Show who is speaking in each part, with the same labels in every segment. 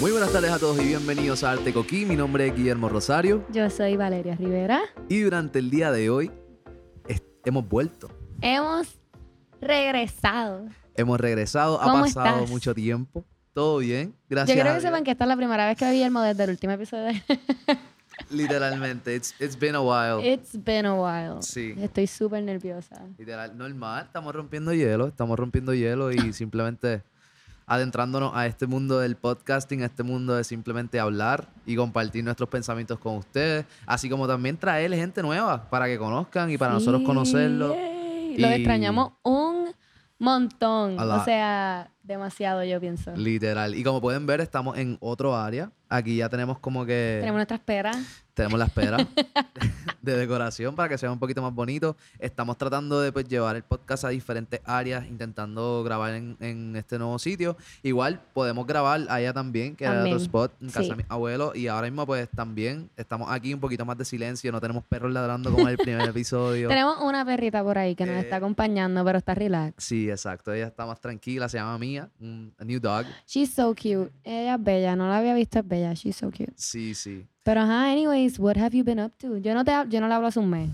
Speaker 1: Muy buenas tardes a todos y bienvenidos a Arte Coquí. Mi nombre es Guillermo Rosario
Speaker 2: Yo soy Valeria Rivera.
Speaker 1: y durante el día de hoy es- hemos vuelto.
Speaker 2: Hemos regresado.
Speaker 1: Hemos regresado, ha
Speaker 2: ¿Cómo
Speaker 1: pasado
Speaker 2: estás?
Speaker 1: mucho tiempo. Todo bien, gracias.
Speaker 2: Yo
Speaker 1: a
Speaker 2: creo que
Speaker 1: Dios.
Speaker 2: sepan que esta es la primera vez que vi Guillermo desde el último episodio. de-
Speaker 1: Literalmente, it's, it's been a while.
Speaker 2: It's been a while.
Speaker 1: Oh. Sí.
Speaker 2: Estoy súper nerviosa.
Speaker 1: Literal, normal, estamos rompiendo hielo, estamos rompiendo hielo y simplemente adentrándonos a este mundo del podcasting, a este mundo de simplemente hablar y compartir nuestros pensamientos con ustedes, así como también traer gente nueva para que conozcan y para nosotros
Speaker 2: Sí,
Speaker 1: conocerlo.
Speaker 2: yay. Lo
Speaker 1: y-
Speaker 2: extrañamos un montón.
Speaker 1: A
Speaker 2: O
Speaker 1: la-
Speaker 2: sea, demasiado yo pienso.
Speaker 1: Literal. Y como pueden ver, estamos en otro área. Aquí ya tenemos como que
Speaker 2: Tenemos nuestras peras.
Speaker 1: tenemos las peras de decoración para que sea un poquito más bonito. Estamos tratando de pues, llevar el podcast a diferentes áreas, intentando grabar en, en este nuevo sitio. Igual podemos grabar allá también, que era el otro
Speaker 2: También,
Speaker 1: spot, en casa
Speaker 2: sí.
Speaker 1: de mis abuelos. Y ahora mismo pues también estamos aquí un poquito más de silencio, no tenemos perros ladrando como en el primer episodio.
Speaker 2: Tenemos una perrita por ahí que nos
Speaker 1: Eh,
Speaker 2: está acompañando, pero está relax.
Speaker 1: Sí, exacto. Ella está más tranquila, se llama Mía, un a new dog.
Speaker 2: She's so cute. Ella es bella. No la había visto, es bella. She's so cute.
Speaker 1: Sí, sí.
Speaker 2: Pero ajá, anyways, what have you been up to? Yo no te hab- yo no le hablo hace un mes.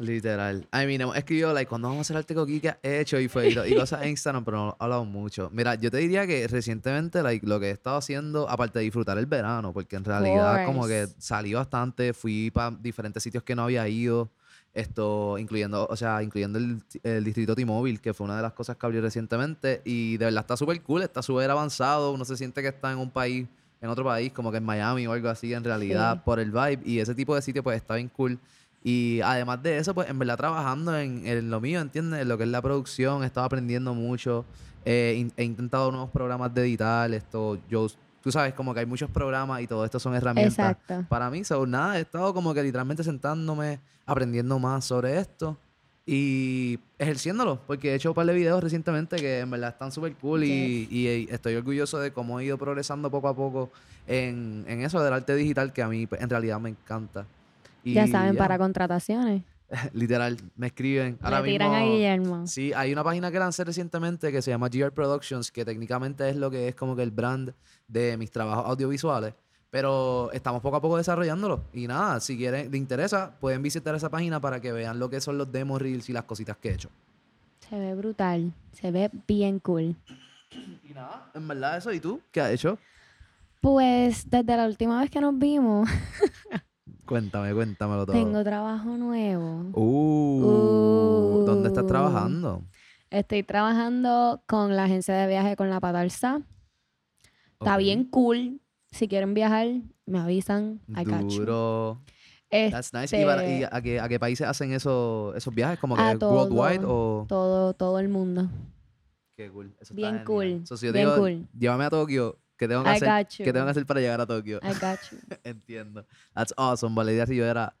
Speaker 1: Literal. I mean, hemos escrito, like, cuando vamos a hacer arte coquí que has hecho y, fue- y cosas en Instagram, pero no lo he hablado mucho. Mira, yo te diría que recientemente, like, lo que he estado haciendo, aparte de disfrutar el verano, porque en realidad como que
Speaker 2: course.
Speaker 1: salí bastante, fui para diferentes sitios que no había ido, esto, incluyendo, o sea, incluyendo el, el distrito T-Mobile, que fue una de las cosas que abrió recientemente, y de verdad está súper cool, está súper avanzado, uno se siente que está en un país, en otro país, como que en Miami o algo así, en realidad,
Speaker 2: Sí.
Speaker 1: por el vibe, y ese tipo de sitio pues está bien cool. Y además de eso, pues en verdad trabajando en, en lo mío, ¿entiendes? En lo que es la producción, he estado aprendiendo mucho. eh, in- he intentado nuevos programas de editar, esto, yo, tú sabes, como que hay muchos programas y todo esto son herramientas.
Speaker 2: Exacto.
Speaker 1: Para mí, so, nada, he estado como que literalmente sentándome, aprendiendo más sobre esto y ejerciéndolo, porque he hecho un par de videos recientemente que en verdad están súper cool y- y, y estoy orgulloso de cómo he ido progresando poco a poco en, en eso del arte digital que a mí pues, en realidad me encanta. Y
Speaker 2: ya saben, para contrataciones.
Speaker 1: Literal, me escriben. Ahora
Speaker 2: Le tiran a
Speaker 1: mismo-
Speaker 2: Guillermo.
Speaker 1: Sí, hay una página que lancé recientemente que se llama GR Productions, que técnicamente es lo que es como que el brand de mis trabajos audiovisuales. Pero estamos poco a poco desarrollándolo. Y nada, si quieren, les interesa, pueden visitar esa página para que vean lo que son los demos reels y las cositas que he hecho.
Speaker 2: Se ve brutal. Se ve bien cool.
Speaker 1: Y nada, en verdad eso. ¿Y tú? ¿Qué has hecho?
Speaker 2: Pues desde la última vez que nos vimos,
Speaker 1: Cuéntame, cuéntamelo todo.
Speaker 2: tengo trabajo nuevo.
Speaker 1: Uh, ¿Dónde estás
Speaker 2: Uh.
Speaker 1: trabajando?
Speaker 2: Estoy trabajando con la agencia de viaje con la Patalsa. Está
Speaker 1: Ok.
Speaker 2: bien cool. Si quieren viajar, me avisan. I got you.
Speaker 1: Duro.
Speaker 2: Es
Speaker 1: That's nice. ¿Y, para- y
Speaker 2: Este-
Speaker 1: a, qué, a qué países hacen esos esos viajes? ¿Como que
Speaker 2: A
Speaker 1: worldwide
Speaker 2: todo.
Speaker 1: o...?
Speaker 2: todo, todo el mundo.
Speaker 1: Qué cool. Eso está
Speaker 2: Bien
Speaker 1: genial.
Speaker 2: cool,
Speaker 1: So, si yo
Speaker 2: bien
Speaker 1: digo,
Speaker 2: cool.
Speaker 1: llévame a Tokio, ¿qué tengo que
Speaker 2: I
Speaker 1: hacer?
Speaker 2: got you. Ah.
Speaker 1: ¿Qué tengo que hacer para llegar a Tokio?
Speaker 2: I got you.
Speaker 1: Entiendo. That's awesome. Valeria Rivera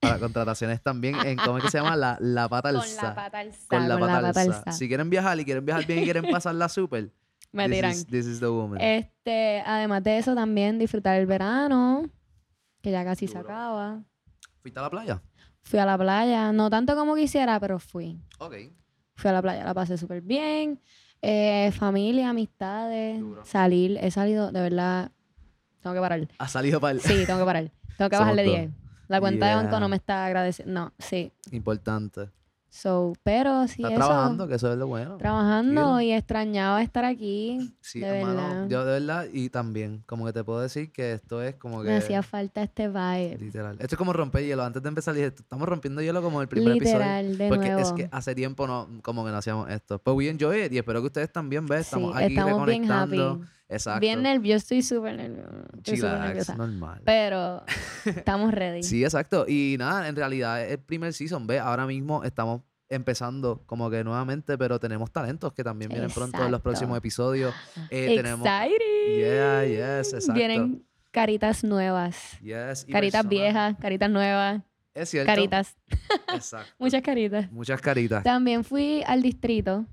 Speaker 1: para contrataciones también en, ¿cómo es que se llama? La, la pata
Speaker 2: con la
Speaker 1: alza.
Speaker 2: Patalsa.
Speaker 1: Con la pata alza.
Speaker 2: Patalsa.
Speaker 1: Si quieren viajar y quieren viajar bien y quieren pasarla súper,
Speaker 2: Me
Speaker 1: this,
Speaker 2: tiran.
Speaker 1: is- this is the woman.
Speaker 2: Este, además de eso, también disfrutar el verano, que ya casi se
Speaker 1: Duro.
Speaker 2: acaba.
Speaker 1: ¿Fuiste a la playa?
Speaker 2: Fui a la playa, no tanto como quisiera, pero fui.
Speaker 1: Ok.
Speaker 2: Fui a la playa, la pasé súper bien. Eh, familia, amistades,
Speaker 1: Duro.
Speaker 2: salir. He salido, de verdad, tengo que parar.
Speaker 1: Ha salido para el...
Speaker 2: Sí, tengo que parar. Tengo que
Speaker 1: Somos
Speaker 2: bajarle
Speaker 1: dos.
Speaker 2: 10. La cuenta de banco
Speaker 1: Yeah.
Speaker 2: no me está agradeciendo. No, sí.
Speaker 1: Importante.
Speaker 2: So, pero sí,
Speaker 1: Estás
Speaker 2: eso.
Speaker 1: trabajando, que eso es lo bueno.
Speaker 2: Trabajando
Speaker 1: Chill.
Speaker 2: y extrañaba estar aquí.
Speaker 1: Sí,
Speaker 2: de
Speaker 1: hermano.
Speaker 2: verdad.
Speaker 1: Yo de verdad, y también, como que te puedo decir que esto es como que...
Speaker 2: Me hacía falta este vibe.
Speaker 1: Literal. Esto es como romper hielo. Antes de empezar dije, estamos rompiendo hielo como el primer episodio.
Speaker 2: Literal, de
Speaker 1: Porque
Speaker 2: nuevo.
Speaker 1: es que hace tiempo no, como que no hacíamos esto. Pues we enjoy it y espero que ustedes también vean. Estamos
Speaker 2: sí,
Speaker 1: aquí
Speaker 2: estamos bien happy.
Speaker 1: reconectando. Exacto.
Speaker 2: Bien nervioso, estoy súper nerviosa. Estoy súper
Speaker 1: Chillax,
Speaker 2: nerviosa.
Speaker 1: normal.
Speaker 2: Pero estamos ready.
Speaker 1: Sí, exacto. Y nada, en realidad es el primer season, ¿ves? Ahora mismo estamos empezando como que nuevamente, pero tenemos talentos que también vienen pronto en los
Speaker 2: Exacto.
Speaker 1: próximos episodios. Eh, tenemos...
Speaker 2: Exciting.
Speaker 1: Yeah, yes, exacto.
Speaker 2: Vienen caritas nuevas.
Speaker 1: Yes, y
Speaker 2: Caritas
Speaker 1: personas-
Speaker 2: viejas, caritas nuevas,
Speaker 1: Es cierto.
Speaker 2: caritas.
Speaker 1: Exacto.
Speaker 2: Muchas caritas.
Speaker 1: Muchas caritas.
Speaker 2: También fui al distrito.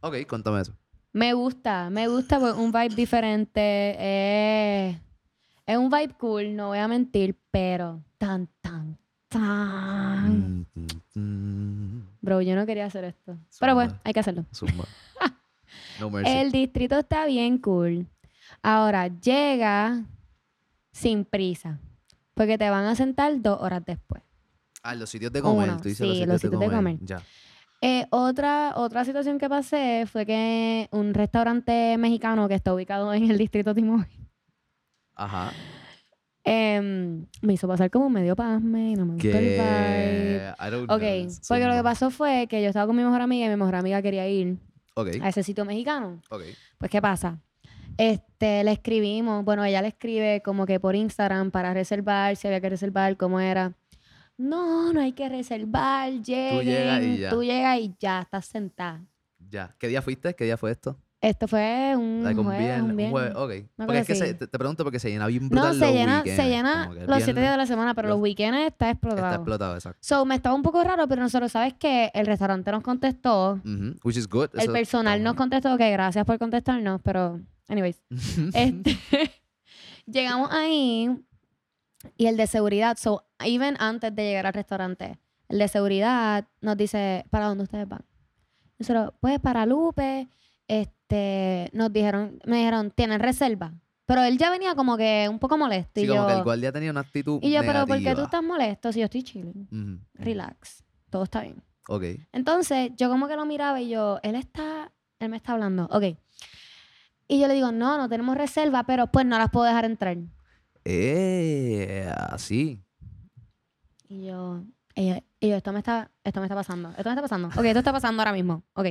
Speaker 1: Ok, cuéntame eso.
Speaker 2: Me gusta, me gusta pues, un vibe diferente. eh, es un vibe cool, no voy a mentir, pero tan, tan, tan.
Speaker 1: Mm, mm, mm.
Speaker 2: Bro, yo no quería hacer esto. Pero pues, bueno,
Speaker 1: Zumba.
Speaker 2: hay que hacerlo.
Speaker 1: Zumba. No mercy.
Speaker 2: El distrito está bien cool. Ahora, llega sin prisa, porque te van a sentar dos horas después.
Speaker 1: Ah, los sitios de comer.
Speaker 2: Uno,
Speaker 1: tú dices
Speaker 2: sí, los sitios de comer.
Speaker 1: Ya.
Speaker 2: Eh, otra, otra situación que pasé fue que un restaurante mexicano que está ubicado en el distrito Timoy
Speaker 1: Ajá.
Speaker 2: em, me hizo pasar como medio pasme y no me gustó el vibe.
Speaker 1: Que. I don't
Speaker 2: Ok,
Speaker 1: know, so
Speaker 2: porque lo que
Speaker 1: no.
Speaker 2: pasó fue que yo estaba con mi mejor amiga y mi mejor amiga quería ir
Speaker 1: Ok,
Speaker 2: a ese sitio mexicano.
Speaker 1: ok.
Speaker 2: Pues, ¿qué pasa? Este, le escribimos, bueno, ella le escribe como que por Instagram para reservar, si había que reservar, cómo era. No, no hay que reservar, lleguen,
Speaker 1: llegas y ya.
Speaker 2: tú llegas y ya, estás sentada.
Speaker 1: Ya. ¿Qué día fuiste? ¿Qué día fue esto?
Speaker 2: Esto fue un
Speaker 1: Like, un
Speaker 2: Mm, jueves,
Speaker 1: viernes,
Speaker 2: un
Speaker 1: un jueves.
Speaker 2: viernes.
Speaker 1: Ok. Porque
Speaker 2: Una cosa
Speaker 1: es que
Speaker 2: así.
Speaker 1: se- te, te pregunto porque se llena bien brutal
Speaker 2: No, se
Speaker 1: los
Speaker 2: llena,
Speaker 1: weekends,
Speaker 2: se llena
Speaker 1: como que el
Speaker 2: los siete
Speaker 1: viernes
Speaker 2: días de la semana, pero los
Speaker 1: los-
Speaker 2: weekends está
Speaker 1: Está
Speaker 2: explotado.
Speaker 1: explotado, exacto.
Speaker 2: so, me estaba un poco raro, pero nosotros, ¿sabes que El restaurante nos contestó,
Speaker 1: Ujú, Which is good.
Speaker 2: el personal nos contestó, que gracias por contestarnos, pero, anyways. Este, llegamos ahí y el de seguridad, so, even antes de llegar al restaurante, el de seguridad nos dice, ¿para dónde ustedes van? Nosotros, pues para Lupe, este, nos dijeron, me dijeron, ¿tienen reserva? Pero él ya venía como que un poco molesto.
Speaker 1: Sí,
Speaker 2: y
Speaker 1: como
Speaker 2: yo,
Speaker 1: que el guardia tenía una actitud.
Speaker 2: y yo, pero ¿por qué tú
Speaker 1: negativa. Eh.
Speaker 2: estás molesto si yo estoy chilling?
Speaker 1: Ujú, ujú.
Speaker 2: Relax, todo está bien.
Speaker 1: Ok.
Speaker 2: Entonces, yo como que lo miraba y yo, él está, él me está hablando, ok. Y yo le digo, no, no tenemos reserva, pero pues no las puedo dejar entrar.
Speaker 1: Eh, así.
Speaker 2: Y yo, y yo, y yo, esto me está, esto me está pasando, esto me está pasando. Ok, esto está pasando ahora mismo, ok.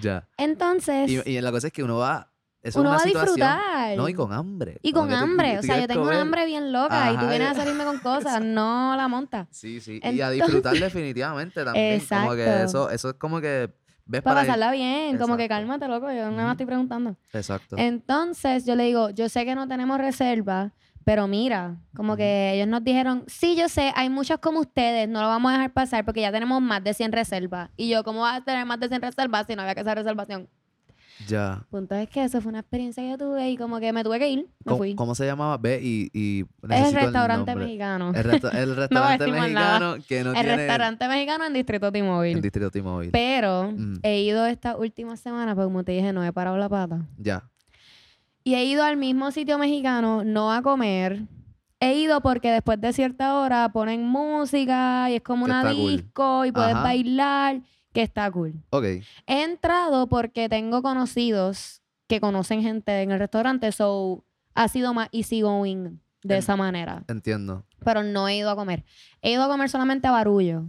Speaker 1: Ya.
Speaker 2: Entonces,
Speaker 1: Y, y la cosa es que uno va. Eso es una
Speaker 2: uno va a
Speaker 1: situación.
Speaker 2: disfrutar.
Speaker 1: No, y con hambre.
Speaker 2: Y
Speaker 1: Como
Speaker 2: con
Speaker 1: que tú-
Speaker 2: hambre,
Speaker 1: tú
Speaker 2: o sea, yo
Speaker 1: quieres
Speaker 2: tengo
Speaker 1: comer.
Speaker 2: una hambre bien loca y tú
Speaker 1: Ajá, eh,
Speaker 2: vienes a
Speaker 1: yo-
Speaker 2: salirme con cosas, no la monta.
Speaker 1: Sí, sí. Y a
Speaker 2: Entonces-
Speaker 1: disfrutar definitivamente también. Como que
Speaker 2: Exacto.
Speaker 1: eso, eso es como que. ¿Ves
Speaker 2: Para
Speaker 1: ir-
Speaker 2: pasarla bien, como que
Speaker 1: Exacto.
Speaker 2: cálmate, loco, yo nada
Speaker 1: Ujú.
Speaker 2: más estoy preguntando.
Speaker 1: Exacto.
Speaker 2: Eh, Entonces yo le digo, yo sé que no tenemos reserva, pero mira, como que ellos nos dijeron, sí, yo sé, hay muchos como ustedes, no lo vamos a dejar pasar porque ya tenemos más de 100 reservas. Y yo, ¿cómo vas a tener más de 100 reservas si no había que hacer reservación?
Speaker 1: Ya.
Speaker 2: Punto es que eso fue una experiencia que tuve y como que me tuve que ir, me
Speaker 1: ¿Cómo,
Speaker 2: fui.
Speaker 1: cómo se llamaba? Ve y. y
Speaker 2: Es el
Speaker 1: necesito
Speaker 2: restaurante
Speaker 1: nombre.
Speaker 2: mexicano.
Speaker 1: El, resta- el restaurante
Speaker 2: decimos nada.
Speaker 1: mexicano que no
Speaker 2: el
Speaker 1: tiene.
Speaker 2: restaurante mexicano en Distrito
Speaker 1: El
Speaker 2: T-Mobile.
Speaker 1: distrito T-Mobile.
Speaker 2: Pero
Speaker 1: Mm.
Speaker 2: he ido estas últimas semanas, porque como te dije, no he parado la pata.
Speaker 1: Ya.
Speaker 2: Y he ido al mismo sitio mexicano, no a comer. He ido porque después de cierta hora ponen música y es como
Speaker 1: Que
Speaker 2: una
Speaker 1: está cool.
Speaker 2: disco y puedes
Speaker 1: Ajá.
Speaker 2: bailar, que está cool.
Speaker 1: Ok.
Speaker 2: He entrado porque tengo conocidos que conocen gente en el restaurante, so ha sido más easy going de
Speaker 1: En-
Speaker 2: esa manera.
Speaker 1: Entiendo.
Speaker 2: Pero no he ido a comer. He ido a comer solamente a Barullo.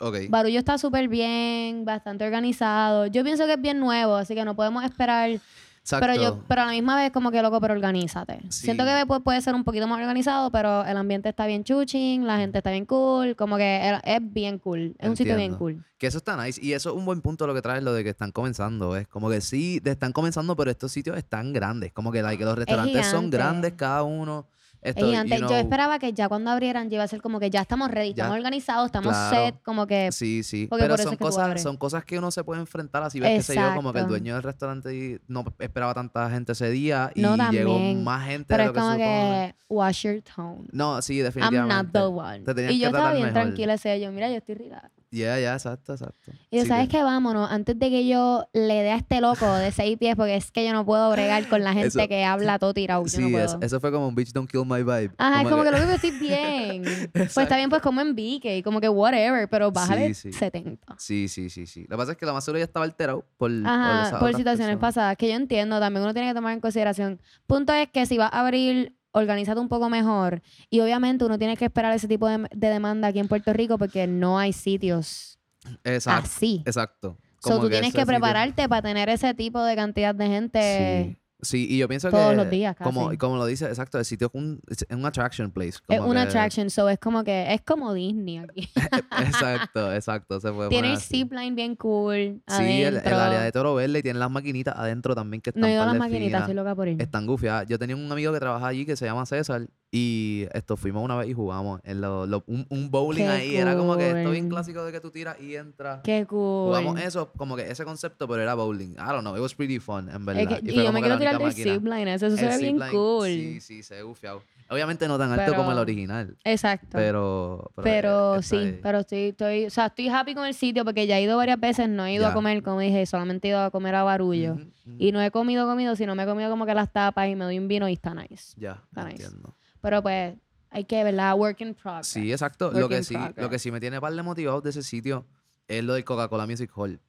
Speaker 1: Ok.
Speaker 2: Barullo está súper bien, bastante organizado. Yo pienso que es bien nuevo, así que no podemos esperar
Speaker 1: Exacto.
Speaker 2: pero yo, pero a la misma vez, como que loco, pero organízate.
Speaker 1: Sí.
Speaker 2: Siento que después puede ser un poquito más organizado, pero el ambiente está bien chuching, la gente está bien cool, como que era- es bien cool. Es un sitio bien
Speaker 1: Entiendo.
Speaker 2: cool.
Speaker 1: Que eso está nice. Y eso es un buen punto lo que traes, lo de que están comenzando. Es como que sí, te están comenzando, pero estos sitios están grandes. Como que, like, los restaurantes son
Speaker 2: gigante.
Speaker 1: grandes cada uno. Esto,
Speaker 2: Es gigante.
Speaker 1: you
Speaker 2: Yo
Speaker 1: know,
Speaker 2: esperaba que ya cuando abrieran, ya iba a ser como que ya estamos ready,
Speaker 1: Ya.
Speaker 2: estamos organizados, estamos
Speaker 1: Claro.
Speaker 2: set, como que.
Speaker 1: Sí, sí.
Speaker 2: Porque
Speaker 1: Pero
Speaker 2: por eso
Speaker 1: son
Speaker 2: es que tú
Speaker 1: cosas,
Speaker 2: abres.
Speaker 1: son cosas que uno se puede enfrentar así, ves, qué sé yo, como que el
Speaker 2: Exacto.
Speaker 1: dueño del restaurante y no esperaba tanta gente ese día y
Speaker 2: No,
Speaker 1: llegó
Speaker 2: también.
Speaker 1: más gente
Speaker 2: Pero
Speaker 1: de
Speaker 2: es
Speaker 1: lo que
Speaker 2: como
Speaker 1: supone.
Speaker 2: que. Wash your tone.
Speaker 1: No, sí,
Speaker 2: I'm not
Speaker 1: definitivamente.
Speaker 2: the one.
Speaker 1: Te tenías
Speaker 2: Y
Speaker 1: que
Speaker 2: yo estaba
Speaker 1: tratar
Speaker 2: bien
Speaker 1: mejor.
Speaker 2: tranquila, ese día, yo, mira, yo estoy relajada.
Speaker 1: Ya, ya, exacto, exacto.
Speaker 2: Y yo,
Speaker 1: Sí,
Speaker 2: ¿sabes
Speaker 1: te-
Speaker 2: qué? Vámonos, antes de que yo le dé a este loco de seis pies, porque es que yo no puedo bregar con la gente
Speaker 1: Eso-
Speaker 2: que habla todo tirado. Yo
Speaker 1: Sí,
Speaker 2: no puedo.
Speaker 1: es- eso fue como un bitch don't kill my vibe.
Speaker 2: Ajá, es como que, lo que estoy bien. pues está bien, pues como en BK, como que whatever, pero bájale
Speaker 1: Sí, sí.
Speaker 2: 70.
Speaker 1: Sí, sí, sí, sí. Lo que pasa es que la más seguro ya estaba alterado por, por esas
Speaker 2: Ajá, por
Speaker 1: otras
Speaker 2: situaciones
Speaker 1: personas.
Speaker 2: pasadas, que yo entiendo, también uno tiene que tomar en consideración. Punto es que si vas a abrir, organízate un poco mejor. Y obviamente uno tiene que esperar ese tipo de, de demanda aquí en Puerto Rico porque no hay sitios
Speaker 1: Exacto.
Speaker 2: así.
Speaker 1: Exacto.
Speaker 2: So,
Speaker 1: Como
Speaker 2: tú tienes
Speaker 1: eso
Speaker 2: que
Speaker 1: sí te-
Speaker 2: prepararte para tener ese tipo de cantidad de gente.
Speaker 1: Sí. Sí, y yo pienso
Speaker 2: todos
Speaker 1: que.
Speaker 2: los días,
Speaker 1: Como,
Speaker 2: casi.
Speaker 1: como lo dice, exacto, el sitio es un, es un attraction place.
Speaker 2: Es
Speaker 1: como
Speaker 2: una
Speaker 1: que-
Speaker 2: attraction, so es como que es como Disney aquí.
Speaker 1: Exacto, exacto. Se puede
Speaker 2: Tiene
Speaker 1: poner
Speaker 2: el
Speaker 1: así.
Speaker 2: zipline bien cool.
Speaker 1: Sí, el, el
Speaker 2: adentro.
Speaker 1: área de Toro Verde y tienen las maquinitas adentro también que están
Speaker 2: No he ido a
Speaker 1: par
Speaker 2: las
Speaker 1: de
Speaker 2: maquinitas,
Speaker 1: finas.
Speaker 2: estoy loca por ir.
Speaker 1: Están gufiadas. Yo tenía un amigo que trabaja allí que se llama César y esto fuimos una vez y jugamos en lo- lo- un, un bowling
Speaker 2: Qué
Speaker 1: ahí. Era como que esto bien
Speaker 2: cool.
Speaker 1: clásico de que tú tiras y entras.
Speaker 2: Qué cool.
Speaker 1: Jugamos eso, como que ese concepto, pero era bowling. I don't know, it was pretty fun, en
Speaker 2: Es
Speaker 1: verdad.
Speaker 2: que-
Speaker 1: Y
Speaker 2: y
Speaker 1: fue
Speaker 2: yo
Speaker 1: como
Speaker 2: me
Speaker 1: que
Speaker 2: quiero
Speaker 1: la
Speaker 2: tirar del
Speaker 1: máquina.
Speaker 2: zipline, eso, eso se
Speaker 1: El
Speaker 2: ve bien
Speaker 1: zipline,
Speaker 2: cool.
Speaker 1: Sí, sí, se ve bufiado. Obviamente no tan alto como el
Speaker 2: Pero-
Speaker 1: original,
Speaker 2: Exacto. Pero,
Speaker 1: pero... Pero, eh, está
Speaker 2: sí,
Speaker 1: ahí.
Speaker 2: pero estoy, estoy, o sea, estoy happy con el sitio porque ya he ido varias veces, no he ido
Speaker 1: Ya.
Speaker 2: a comer, como dije, solamente he ido a comer a Barullo.
Speaker 1: Ujú, ujú.
Speaker 2: Y no he comido, comido, sino me he comido como que las tapas y me doy un vino y está nice.
Speaker 1: Ya,
Speaker 2: Está nice.
Speaker 1: entiendo.
Speaker 2: Pero pues, hay que, ¿verdad? Work in progress.
Speaker 1: Sí, exacto.
Speaker 2: Work
Speaker 1: Lo que
Speaker 2: in
Speaker 1: sí, lo que
Speaker 2: progress.
Speaker 1: sí me tiene par de motivados de ese sitio es lo del Coca-Cola Music Hall.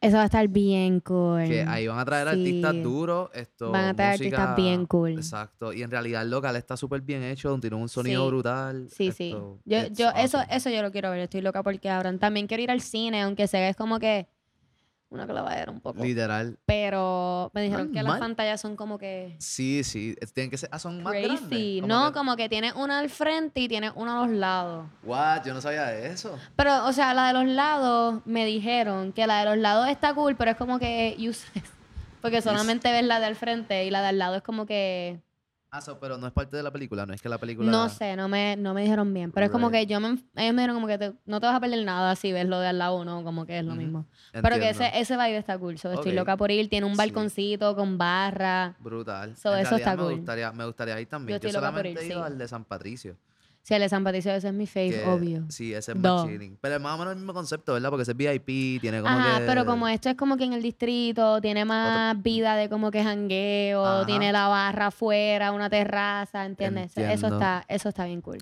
Speaker 2: Eso va a estar bien cool.
Speaker 1: Que ahí van a traer
Speaker 2: sí.
Speaker 1: artistas duros, esto,
Speaker 2: Van a traer artistas
Speaker 1: música-
Speaker 2: bien cool.
Speaker 1: Exacto. Y en realidad el local está súper bien hecho, tiene un sonido
Speaker 2: Sí.
Speaker 1: brutal.
Speaker 2: Sí, sí.
Speaker 1: esto,
Speaker 2: Yo,
Speaker 1: it's
Speaker 2: yo, eso,
Speaker 1: awesome.
Speaker 2: eso yo lo quiero ver. Estoy loca porque abran. También quiero ir al cine, aunque sea que es como que una clavadera un poco.
Speaker 1: Literal.
Speaker 2: Pero me dijeron que las
Speaker 1: Normal.
Speaker 2: pantallas son como que
Speaker 1: Sí, sí. es- Tienen que ser. Ah, son más
Speaker 2: crazy.
Speaker 1: grandes.
Speaker 2: no,
Speaker 1: que-
Speaker 2: como que tiene una al frente y tiene una a los lados.
Speaker 1: What? Yo no sabía de eso.
Speaker 2: Pero, o sea, la de los lados me dijeron que la de los lados está cool, pero es como que useless. Porque solamente ves la de al frente y la de al lado es como que.
Speaker 1: Ah, so, pero no es parte de la película, no es que la película.
Speaker 2: No sé, no me, no me dijeron bien. Pero es como que
Speaker 1: Right.
Speaker 2: yo me. enf- Ellos me dijeron como que te- no te vas a perder nada si ves lo de al lado o no, como que es lo
Speaker 1: Ujú.
Speaker 2: mismo. Pero que ese,
Speaker 1: Entiendo.
Speaker 2: ese vibe está cool. so, Estoy
Speaker 1: Ok.
Speaker 2: loca por ir. Tiene un
Speaker 1: Sí.
Speaker 2: balconcito con barra.
Speaker 1: Brutal.
Speaker 2: So,
Speaker 1: En
Speaker 2: eso está
Speaker 1: realidad me
Speaker 2: cool.
Speaker 1: gustaría, me gustaría ir también.
Speaker 2: Yo
Speaker 1: Yo,
Speaker 2: estoy loca por
Speaker 1: solamente
Speaker 2: ir,
Speaker 1: he ido
Speaker 2: sí.
Speaker 1: al de San Patricio.
Speaker 2: Si el de San Patricio ese es mi fave,
Speaker 1: que-
Speaker 2: obvio.
Speaker 1: Sí, ese es más
Speaker 2: Duh.
Speaker 1: chilling. Pero es más o menos el mismo concepto, ¿verdad? Porque ese es VIP, tiene como
Speaker 2: Ajá,
Speaker 1: que...
Speaker 2: pero como esto es como que en el distrito, tiene más vida de como que jangueo,
Speaker 1: Ajá.
Speaker 2: tiene la barra afuera, una terraza, ¿entiendes? Eso- Eso
Speaker 1: Entiendo.
Speaker 2: está, eso está bien cool.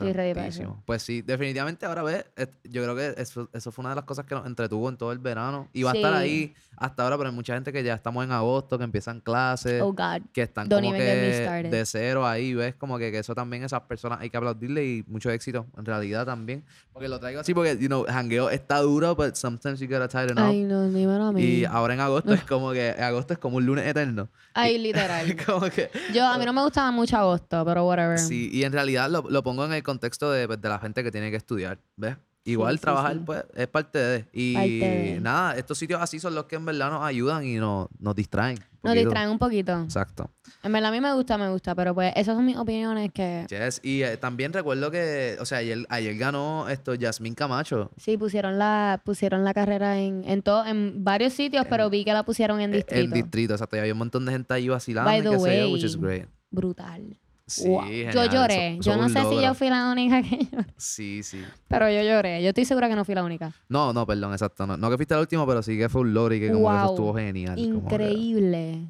Speaker 1: Interesantísimo. Pues sí, definitivamente ahora ves, es- yo creo que eso, eso fue una de las cosas que nos entretuvo en todo el verano. Y va a estar
Speaker 2: Sí.
Speaker 1: ahí hasta ahora, pero hay mucha gente que ya estamos en agosto, que empiezan clases,
Speaker 2: Oh God.
Speaker 1: que están
Speaker 2: don't
Speaker 1: como
Speaker 2: even get me
Speaker 1: que
Speaker 2: started.
Speaker 1: de cero ahí, ves como que, que eso también esas personas hay que aplaudirle y mucho éxito en realidad también. Porque lo traigo así porque, you know, jangueo está duro, but sometimes you gotta tighten up.
Speaker 2: Ay, no, dímelo a mí.
Speaker 1: Y ahora en agosto es como que agosto es como un lunes eterno.
Speaker 2: Ay, literal.
Speaker 1: como que
Speaker 2: Yo, a mí no me gustaba mucho agosto, pero whatever.
Speaker 1: sí, y en realidad lo, lo pongo en el contexto de, pues, de la gente que tiene que estudiar, ¿ves? Igual
Speaker 2: sí,
Speaker 1: trabajar
Speaker 2: sí.
Speaker 1: pues es parte de y
Speaker 2: Parte de.
Speaker 1: nada, estos sitios así son los que en verdad nos ayudan y nos, nos distraen. un
Speaker 2: Nos
Speaker 1: poquito.
Speaker 2: distraen un poquito.
Speaker 1: Exacto.
Speaker 2: En verdad a mí me gusta, me gusta, pero pues esas son mis opiniones que
Speaker 1: Yes, y eh, también recuerdo que, o sea, ayer, ayer ganó esto Yasmín Camacho.
Speaker 2: sí pusieron la pusieron la carrera en en todo en varios sitios, pero vi que la pusieron en
Speaker 1: eh, En
Speaker 2: distrito.
Speaker 1: distrito, exacto. Y había un montón de gente ahí vacilando
Speaker 2: By
Speaker 1: y
Speaker 2: the
Speaker 1: qué sé yo, which is
Speaker 2: way.
Speaker 1: great.
Speaker 2: Brutal.
Speaker 1: Sí,
Speaker 2: Wow. Yo
Speaker 1: genial,
Speaker 2: lloré.
Speaker 1: eso- eso
Speaker 2: yo no
Speaker 1: un
Speaker 2: sé si yo
Speaker 1: logro.
Speaker 2: fui la única que lloré,
Speaker 1: Sí, sí.
Speaker 2: pero yo lloré. Yo estoy segura que no fui la única.
Speaker 1: No, no, perdón, exacto. No, no que fuiste el último, pero sí que fue un lore y que como que eso
Speaker 2: Wow.
Speaker 1: estuvo genial. como que-
Speaker 2: Increíble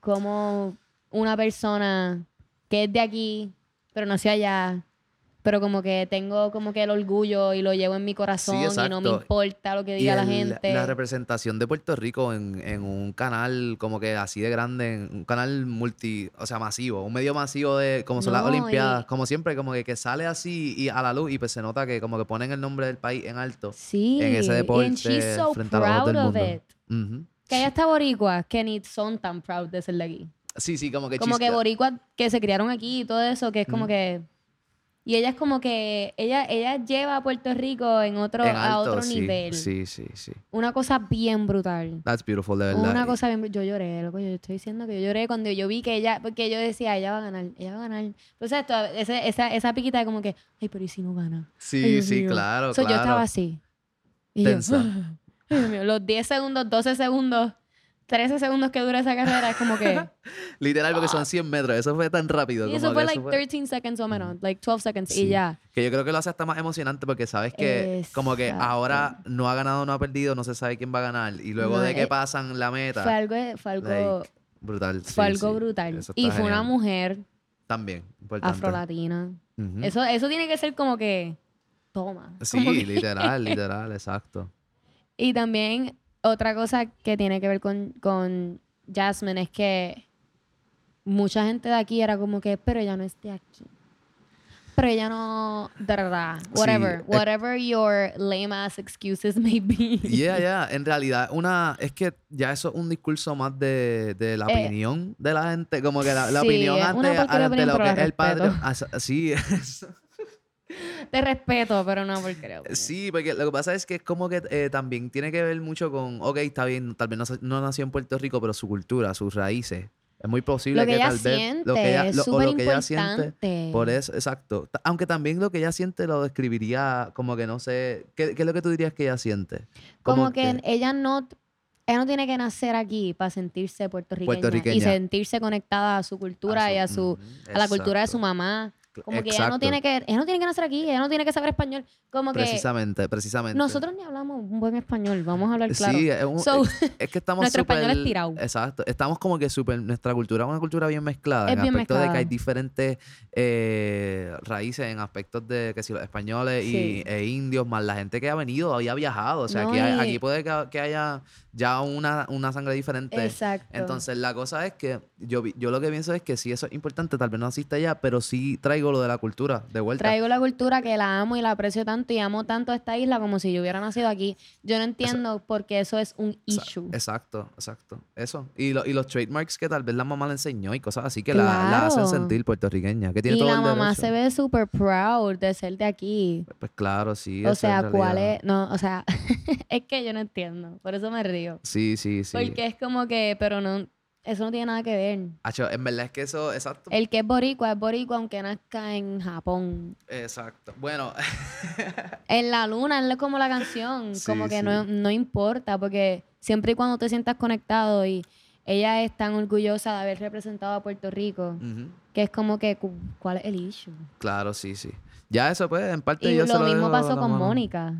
Speaker 2: como una persona que es de aquí, pero no sea allá, pero como que tengo como que el orgullo y lo llevo en mi corazón y no me
Speaker 1: exacto.
Speaker 2: importa lo que
Speaker 1: y
Speaker 2: diga la
Speaker 1: el-
Speaker 2: gente.
Speaker 1: La representación de Puerto Rico en, en un canal como que así de grande, en un canal multi, o sea, masivo, un medio masivo de como son las
Speaker 2: No, y-
Speaker 1: Olimpiadas, como siempre, como que, que sale así y a la luz y pues se nota que como que ponen el nombre del país en alto.
Speaker 2: Sí.
Speaker 1: en ese deporte
Speaker 2: And she's so
Speaker 1: frente a los ojos
Speaker 2: proud
Speaker 1: del
Speaker 2: of
Speaker 1: mundo.
Speaker 2: it.
Speaker 1: Ujú.
Speaker 2: Que haya hasta boricuas que ni son tan proud de ser de aquí.
Speaker 1: Sí, sí, como que
Speaker 2: como que
Speaker 1: chiste- Mm.
Speaker 2: boricuas que se criaron aquí y todo eso, que es como
Speaker 1: Ujú.
Speaker 2: que... Y ella es como que... Ella, ella lleva a Puerto Rico en otro,
Speaker 1: en
Speaker 2: a
Speaker 1: alto,
Speaker 2: otro
Speaker 1: sí,
Speaker 2: nivel.
Speaker 1: Sí, sí, sí.
Speaker 2: Una cosa bien brutal.
Speaker 1: That's beautiful, de verdad.
Speaker 2: Una
Speaker 1: Y-
Speaker 2: cosa bien... bru- Yo lloré, loco. Yo estoy diciendo que yo lloré cuando yo vi que ella... Porque yo decía, ella va a ganar, ella va a ganar. Entonces, esto- ese- esa, esa piquita de como que... Ay, pero ¿y si no gana?
Speaker 1: Sí,
Speaker 2: Ay, Dios
Speaker 1: sí,
Speaker 2: mío.
Speaker 1: claro,
Speaker 2: So,
Speaker 1: claro.
Speaker 2: Yo estaba así. Y yo,
Speaker 1: Tensa.
Speaker 2: ay, Dios mío, los 10 segundos, 12 segundos, 13 segundos que dura esa carrera es como que...
Speaker 1: Literal, porque son 100 metros. Eso fue tan rápido.
Speaker 2: y
Speaker 1: como
Speaker 2: eso
Speaker 1: que
Speaker 2: fue like 13 seconds o menos, like 12 seconds
Speaker 1: Sí.
Speaker 2: y ya.
Speaker 1: Que yo creo que lo hace hasta más emocionante porque sabes que como que
Speaker 2: Exacto.
Speaker 1: ahora no ha ganado, no ha perdido, no se sabe quién va a ganar. Y luego
Speaker 2: No,
Speaker 1: de que
Speaker 2: eh,
Speaker 1: pasan la meta,
Speaker 2: Fue algo, fue algo,
Speaker 1: like, brutal.
Speaker 2: fue
Speaker 1: sí,
Speaker 2: algo
Speaker 1: sí.
Speaker 2: brutal.
Speaker 1: Eso
Speaker 2: Y
Speaker 1: está
Speaker 2: fue una
Speaker 1: genial.
Speaker 2: mujer
Speaker 1: También, importante.
Speaker 2: afrolatina.
Speaker 1: Ujú.
Speaker 2: Eso, eso tiene que ser como que toma.
Speaker 1: Sí,
Speaker 2: como que-
Speaker 1: literal, literal, exacto.
Speaker 2: Y también otra cosa que tiene que ver con, con Jasmine es que mucha gente de aquí era como que, pero ella no es de aquí. Pero ella no, da, da, da", whatever,
Speaker 1: eh.
Speaker 2: whatever your lame ass excuses may be.
Speaker 1: Yeah, yeah. En realidad, una, es que ya eso es un discurso más de, de la
Speaker 2: Eh,
Speaker 1: opinión de la gente. Como que la, la
Speaker 2: sí,
Speaker 1: opinión
Speaker 2: es una
Speaker 1: ante,
Speaker 2: porquería de
Speaker 1: ante
Speaker 2: opinión,
Speaker 1: lo
Speaker 2: pero
Speaker 1: que
Speaker 2: la
Speaker 1: es el padre.
Speaker 2: respeto.
Speaker 1: Sí,
Speaker 2: Te respeto, pero no porque creo.
Speaker 1: Sí, porque lo que pasa es que es como que eh, también tiene que ver mucho con, ok, está bien, tal vez no, sa- no nació en Puerto Rico, pero su cultura, sus raíces. Es muy posible
Speaker 2: Lo que ella
Speaker 1: tal vez
Speaker 2: siente es
Speaker 1: lo- o
Speaker 2: súper
Speaker 1: lo que ella siente.
Speaker 2: importante.
Speaker 1: Por eso, exacto. Ta- Aunque también lo que ella siente lo describiría como que no sé. ¿Qué, qué es lo que tú dirías que ella siente?
Speaker 2: Como que ella no, Ella no tiene que nacer aquí para sentirse puertorriqueña,
Speaker 1: Puertorriqueña.
Speaker 2: y sentirse conectada a su cultura y a su
Speaker 1: Ujú,
Speaker 2: a la cultura de su
Speaker 1: exacto.
Speaker 2: mamá. Como que ella no
Speaker 1: Exacto.
Speaker 2: tiene que ella no tiene que nacer aquí, ella no tiene que saber español. Como que
Speaker 1: Precisamente, precisamente.
Speaker 2: nosotros ni hablamos un buen español, vamos a hablar claro.
Speaker 1: Sí, es, un-
Speaker 2: So,
Speaker 1: es- es que estamos
Speaker 2: nuestro español es
Speaker 1: súper-
Speaker 2: tirado.
Speaker 1: Exacto. Estamos como que súper... Nuestra cultura es una cultura bien mezclada.
Speaker 2: Es
Speaker 1: en
Speaker 2: bien
Speaker 1: aspecto de que
Speaker 2: mezclada.
Speaker 1: hay diferentes eh, raíces en aspectos de que si los españoles y-
Speaker 2: Sí.
Speaker 1: e indios, más la gente que ha venido, había viajado. O sea,
Speaker 2: No,
Speaker 1: aquí, hay-
Speaker 2: y-
Speaker 1: aquí puede que, que haya ya una, una sangre diferente.
Speaker 2: exacto.
Speaker 1: este, Entonces, la cosa es que yo, vi- yo lo que pienso es que sí, eso es importante. Tal vez no asista allá, pero sí traigo lo de la cultura de vuelta.
Speaker 2: Traigo la cultura que la amo y la aprecio tanto y amo tanto a esta isla como si yo hubiera nacido aquí. Yo no entiendo por qué eso es un
Speaker 1: Esa-
Speaker 2: issue.
Speaker 1: Exacto, exacto. Eso. Y, lo- y los trademarks que tal vez la mamá le enseñó y cosas así que la- la, hacen
Speaker 2: Claro.
Speaker 1: sentir puertorriqueña. Que tiene
Speaker 2: Y
Speaker 1: todo
Speaker 2: la
Speaker 1: el
Speaker 2: mamá
Speaker 1: derecho.
Speaker 2: se ve súper proud de ser de aquí.
Speaker 1: Pues claro, sí. eso
Speaker 2: o
Speaker 1: en
Speaker 2: sea, ¿cuál
Speaker 1: realidad.
Speaker 2: es? No, o sea, es que yo no entiendo. Por eso me río.
Speaker 1: Sí, sí, sí.
Speaker 2: Porque es como que, pero no, eso no tiene nada que ver.
Speaker 1: Hacho, en verdad es que eso, exacto.
Speaker 2: El que es boricua es boricua aunque nazca en Japón.
Speaker 1: Exacto. Bueno,
Speaker 2: En la luna es como la canción,
Speaker 1: Sí,
Speaker 2: como que
Speaker 1: sí.
Speaker 2: no, no importa, porque siempre y cuando te sientas conectado y ella es tan orgullosa de haber representado a Puerto Rico,
Speaker 1: ujú,
Speaker 2: que es como que, cu- ¿cuál es el issue?
Speaker 1: claro, sí, sí. Ya eso, pues, en parte
Speaker 2: Y
Speaker 1: yo se
Speaker 2: lo
Speaker 1: dejo
Speaker 2: mismo
Speaker 1: a
Speaker 2: pasó
Speaker 1: la
Speaker 2: con
Speaker 1: mano.
Speaker 2: Mónica.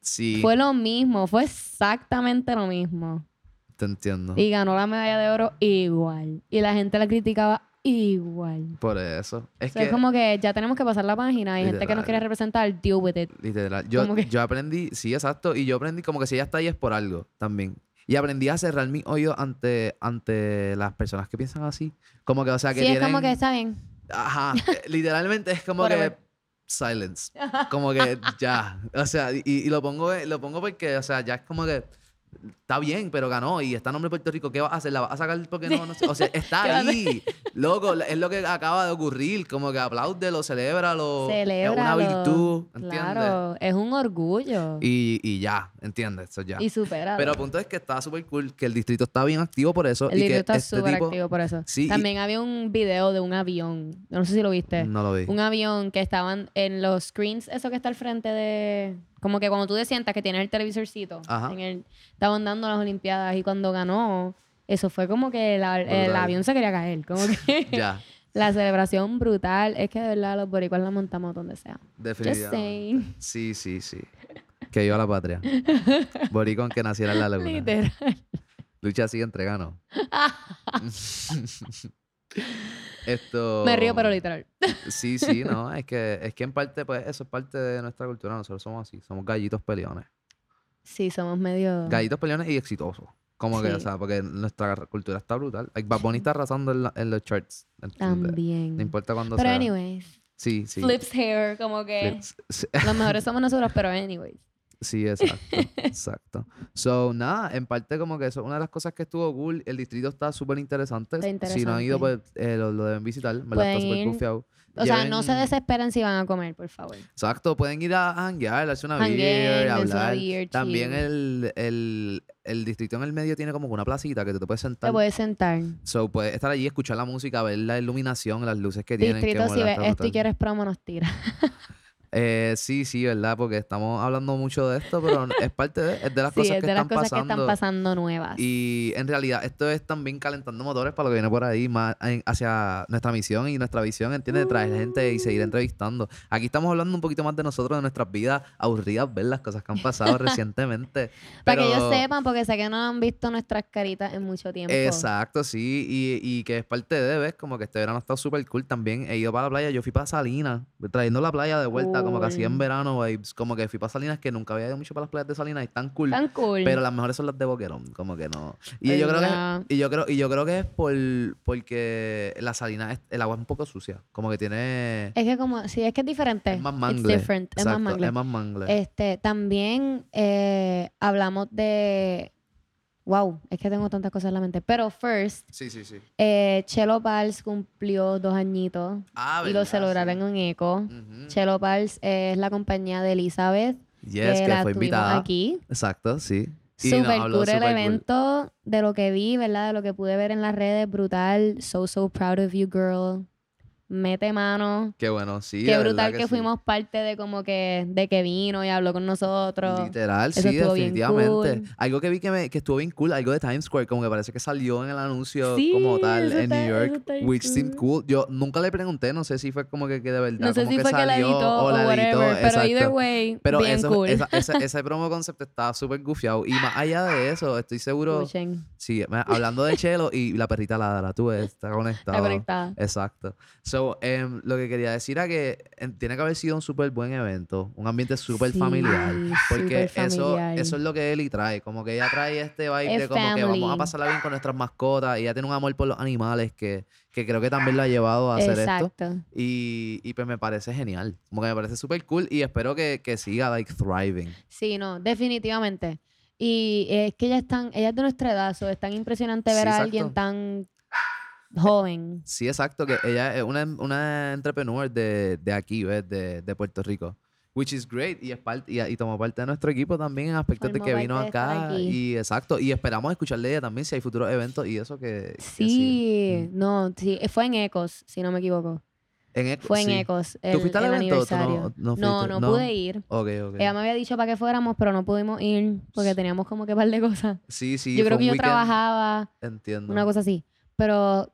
Speaker 1: Sí,
Speaker 2: Fue lo mismo, fue exactamente lo mismo.
Speaker 1: te entiendo.
Speaker 2: Y ganó la medalla de oro igual. Y la gente la criticaba igual.
Speaker 1: Por eso. Es
Speaker 2: O sea,
Speaker 1: que...
Speaker 2: es como que ya tenemos que pasar la página. Hay gente que
Speaker 1: Literal.
Speaker 2: nos quiere representar, deal with it.
Speaker 1: Literal. Yo,
Speaker 2: Como que-
Speaker 1: yo aprendí, sí, exacto. Y yo aprendí como que si ella está ahí es por algo también. Y aprendí a cerrar mi oído ante, ante las personas que piensan así. Como que, o sea, que
Speaker 2: Sí, es
Speaker 1: tienen...
Speaker 2: como que está bien.
Speaker 1: Ajá. eh, Literalmente es como que...
Speaker 2: Whatever.
Speaker 1: Silence. Como que ya. O sea, y, y lo, pongo, eh, lo pongo porque, o sea, ya es como que... Está bien, pero ganó y está en nombre de Puerto Rico. ¿Qué vas a hacer? ¿La vas a sacar porque no? no sé? O sea,
Speaker 2: ¿Qué
Speaker 1: está
Speaker 2: vas a
Speaker 1: ahí. Loco, es lo que acaba de ocurrir. Como que apláudelo, celébralo.
Speaker 2: Celebra.
Speaker 1: Es una virtud, ¿entiendes?
Speaker 2: Claro, es un orgullo. Y,
Speaker 1: Y, y ya, ¿entiendes? Eso ya.
Speaker 2: supera.
Speaker 1: Pero el punto es que está súper cool, que el distrito está bien activo por eso.
Speaker 2: El
Speaker 1: y que
Speaker 2: libro está
Speaker 1: este
Speaker 2: súper
Speaker 1: tipo,
Speaker 2: activo por eso.
Speaker 1: Sí, y-
Speaker 2: También había un video de un avión. No sé si lo viste.
Speaker 1: No lo vi.
Speaker 2: Un avión que estaban en los screens, eso que está al frente de. Como que cuando tú te sientas que tienes el televisorcito.
Speaker 1: Ajá.
Speaker 2: En el, estaban dando las Olimpiadas y cuando ganó, eso fue como que la- el
Speaker 1: Brutal.
Speaker 2: avión se quería caer. Como que
Speaker 1: Ya,
Speaker 2: la celebración brutal. Es que de verdad los boricuas la montamos donde sea.
Speaker 1: definitivamente.
Speaker 2: saying.
Speaker 1: Sí, sí, sí. Que viva la patria. Boricón que naciera en la laguna.
Speaker 2: Literal.
Speaker 1: Lucha sigue entre ganos. Esto...
Speaker 2: Me río, pero literal.
Speaker 1: Sí, sí, no. Es que, es que en parte, pues, eso es parte de nuestra cultura. Nosotros somos así. Somos gallitos peleones.
Speaker 2: Sí, somos medio.
Speaker 1: Gallitos peleones y exitosos. Como que, o
Speaker 2: Sí.
Speaker 1: sea, porque nuestra cultura está brutal. Like, Bad Bunny está arrasando en, la- en los charts. ¿entiendes? No
Speaker 2: También.
Speaker 1: importa cuándo
Speaker 2: Pero,
Speaker 1: sea.
Speaker 2: anyways.
Speaker 1: Sí, sí.
Speaker 2: Flips hair, como que.
Speaker 1: Flips. Sí,
Speaker 2: Los mejores somos nosotros, pero, anyways.
Speaker 1: sí, exacto. exacto. So, nada, en parte como que eso es una de las cosas que estuvo cool. El distrito está súper interesante.
Speaker 2: Está
Speaker 1: Si no han ido, pues
Speaker 2: interesante.
Speaker 1: eh, lo, lo deben visitar. Me la está
Speaker 2: Pueden
Speaker 1: súper
Speaker 2: ir.
Speaker 1: gufiado.
Speaker 2: O sea, no se desesperen si van a comer, por favor.
Speaker 1: Exacto, pueden ir a hanguear, darse una
Speaker 2: Hangueen,
Speaker 1: beer,
Speaker 2: dense una
Speaker 1: hablar.
Speaker 2: beer,
Speaker 1: También
Speaker 2: chill.
Speaker 1: el, el, el distrito en el medio tiene como que una placita que tú te puedes sentar.
Speaker 2: Te puedes sentar.
Speaker 1: So, puedes estar allí, escuchar la música, ver la iluminación, las luces que tienen. que
Speaker 2: Distrito, si
Speaker 1: mola,
Speaker 2: ves
Speaker 1: está
Speaker 2: esto y
Speaker 1: brutal.
Speaker 2: quieres promo, nos tira.
Speaker 1: Eh, sí, sí, ¿verdad? Porque estamos hablando mucho de esto, pero es parte de, es de las
Speaker 2: Sí,
Speaker 1: cosas,
Speaker 2: es
Speaker 1: que,
Speaker 2: de las
Speaker 1: están
Speaker 2: cosas que
Speaker 1: pasando.
Speaker 2: están pasando nuevas.
Speaker 1: Y en realidad esto es también calentando motores para lo que viene por ahí, más en- hacia nuestra misión y nuestra visión, ¿entiendes? De traer gente y seguir entrevistando. Aquí estamos hablando un poquito más de nosotros, de nuestras vidas aburridas, ver las cosas que han pasado recientemente.
Speaker 2: Para que
Speaker 1: pero-
Speaker 2: ellos sepan, porque sé que no han visto nuestras caritas en mucho tiempo.
Speaker 1: Exacto, sí, y, y que es parte de, ¿ves? Como que este verano ha estado súper cool también. He ido para la playa, yo fui para Salinas, trayendo la playa de vuelta, como que así en
Speaker 2: Cool.
Speaker 1: verano, vibes. Como que fui para Salinas, que nunca había ido mucho para las playas de Salinas, y tan cool.
Speaker 2: Tan cool.
Speaker 1: Pero las mejores son las de Boquerón, como que no. Y yo creo
Speaker 2: ¿Verdad?
Speaker 1: que y yo creo y yo creo que es por porque la salina es- el agua es un poco sucia, como que tiene
Speaker 2: es que como, sí, es que es diferente.
Speaker 1: es más
Speaker 2: Este, It's
Speaker 1: mangle.
Speaker 2: different, Es más
Speaker 1: Exacto,
Speaker 2: mangle.
Speaker 1: es más mangle.
Speaker 2: Este, también eh, hablamos de. Wow, es que tengo tantas cosas en la mente. Pero first,
Speaker 1: sí, sí, sí.
Speaker 2: eh, Chelo Pals cumplió dos añitos
Speaker 1: Ah,
Speaker 2: y
Speaker 1: ¿verdad?
Speaker 2: lo celebraron
Speaker 1: Sí.
Speaker 2: en Eco.
Speaker 1: Ujú.
Speaker 2: Chelo Pals es la compañía de Elizabeth,
Speaker 1: Yes,
Speaker 2: que,
Speaker 1: que
Speaker 2: la
Speaker 1: fue
Speaker 2: tuvimos
Speaker 1: invitada.
Speaker 2: aquí.
Speaker 1: Exacto, sí. Y nos
Speaker 2: Super
Speaker 1: habló
Speaker 2: cool el
Speaker 1: super cool.
Speaker 2: evento, de lo que vi, ¿verdad? De lo que pude ver en las redes, brutal. So, so proud of you, girl. mete mano.
Speaker 1: Qué bueno, sí.
Speaker 2: Qué
Speaker 1: de
Speaker 2: brutal
Speaker 1: verdad
Speaker 2: que,
Speaker 1: sí.
Speaker 2: fuimos parte de como que, de que vino y habló con nosotros.
Speaker 1: Literal,
Speaker 2: Eso
Speaker 1: sí,
Speaker 2: estuvo bien
Speaker 1: definitivamente.
Speaker 2: cool.
Speaker 1: Algo que vi que, me, que estuvo bien cool, algo de Times Square, como que parece que salió en el anuncio
Speaker 2: Sí,
Speaker 1: como tal
Speaker 2: eso
Speaker 1: en
Speaker 2: está-
Speaker 1: New
Speaker 2: eso
Speaker 1: York,
Speaker 2: está bien
Speaker 1: which seemed
Speaker 2: cool.
Speaker 1: cool. Yo nunca le pregunté, no sé si fue como que, que de verdad,
Speaker 2: No sé
Speaker 1: como
Speaker 2: si
Speaker 1: que
Speaker 2: fue que
Speaker 1: salió
Speaker 2: la editó
Speaker 1: o
Speaker 2: o
Speaker 1: la editó,
Speaker 2: whatever, pero
Speaker 1: exacto.
Speaker 2: either way,
Speaker 1: Pero
Speaker 2: bien
Speaker 1: eso-
Speaker 2: cool.
Speaker 1: esa- esa- ese promo concept está súper gufiado. Y más allá de eso, estoy seguro.
Speaker 2: Escuchen,
Speaker 1: Sí, me- hablando de Chelo y la perrita Ladra, tú ves, está
Speaker 2: está
Speaker 1: conectado.
Speaker 2: conectada.
Speaker 1: Exacto. So, em, lo que quería decir era que em, tiene que haber sido un súper buen evento, un ambiente súper
Speaker 2: Sí,
Speaker 1: familiar. Porque
Speaker 2: súper
Speaker 1: eso,
Speaker 2: familiar.
Speaker 1: eso es lo que Eli trae. Como que ella trae este vibe
Speaker 2: Es
Speaker 1: de como que vamos a
Speaker 2: family.
Speaker 1: pasarla bien con nuestras mascotas. Y ella tiene un amor por los animales que, que creo que también la ha llevado a hacer esto.
Speaker 2: Exacto.
Speaker 1: Y, y pues me parece genial. Como que me parece súper cool y espero que, que siga, like, thriving.
Speaker 2: Sí, no, definitivamente. Y es que ellas están, ellas de nuestra edad, so, es tan impresionante ver
Speaker 1: Sí,
Speaker 2: a
Speaker 1: exacto.
Speaker 2: alguien tan joven.
Speaker 1: Sí, exacto, que ella es una, una entrepreneur de, de aquí, ¿ves? De, de Puerto Rico. Which is great. Y, es parte, y, y tomó parte de nuestro equipo también en aspectos de
Speaker 2: Formó
Speaker 1: que vino
Speaker 2: parte de estar
Speaker 1: acá.
Speaker 2: aquí.
Speaker 1: Y exacto. Y esperamos escucharle de ella también si hay futuros eventos y eso que. que
Speaker 2: Sí,
Speaker 1: Mm.
Speaker 2: no, sí, eh, fue en Ecos, si no me equivoco.
Speaker 1: En Eco-
Speaker 2: Fue en
Speaker 1: sí.
Speaker 2: Ecos. El,
Speaker 1: fuiste al
Speaker 2: el
Speaker 1: evento o tú no-
Speaker 2: aniversario.
Speaker 1: no fuiste?
Speaker 2: no, no
Speaker 1: No.
Speaker 2: pude ir.
Speaker 1: Ok, ok.
Speaker 2: Ella me había dicho para que fuéramos, pero no pudimos ir porque teníamos como que un par de cosas.
Speaker 1: sí, sí.
Speaker 2: yo
Speaker 1: fue
Speaker 2: creo
Speaker 1: un
Speaker 2: que yo
Speaker 1: weekend,
Speaker 2: trabajaba,
Speaker 1: Entiendo.
Speaker 2: una cosa así. Pero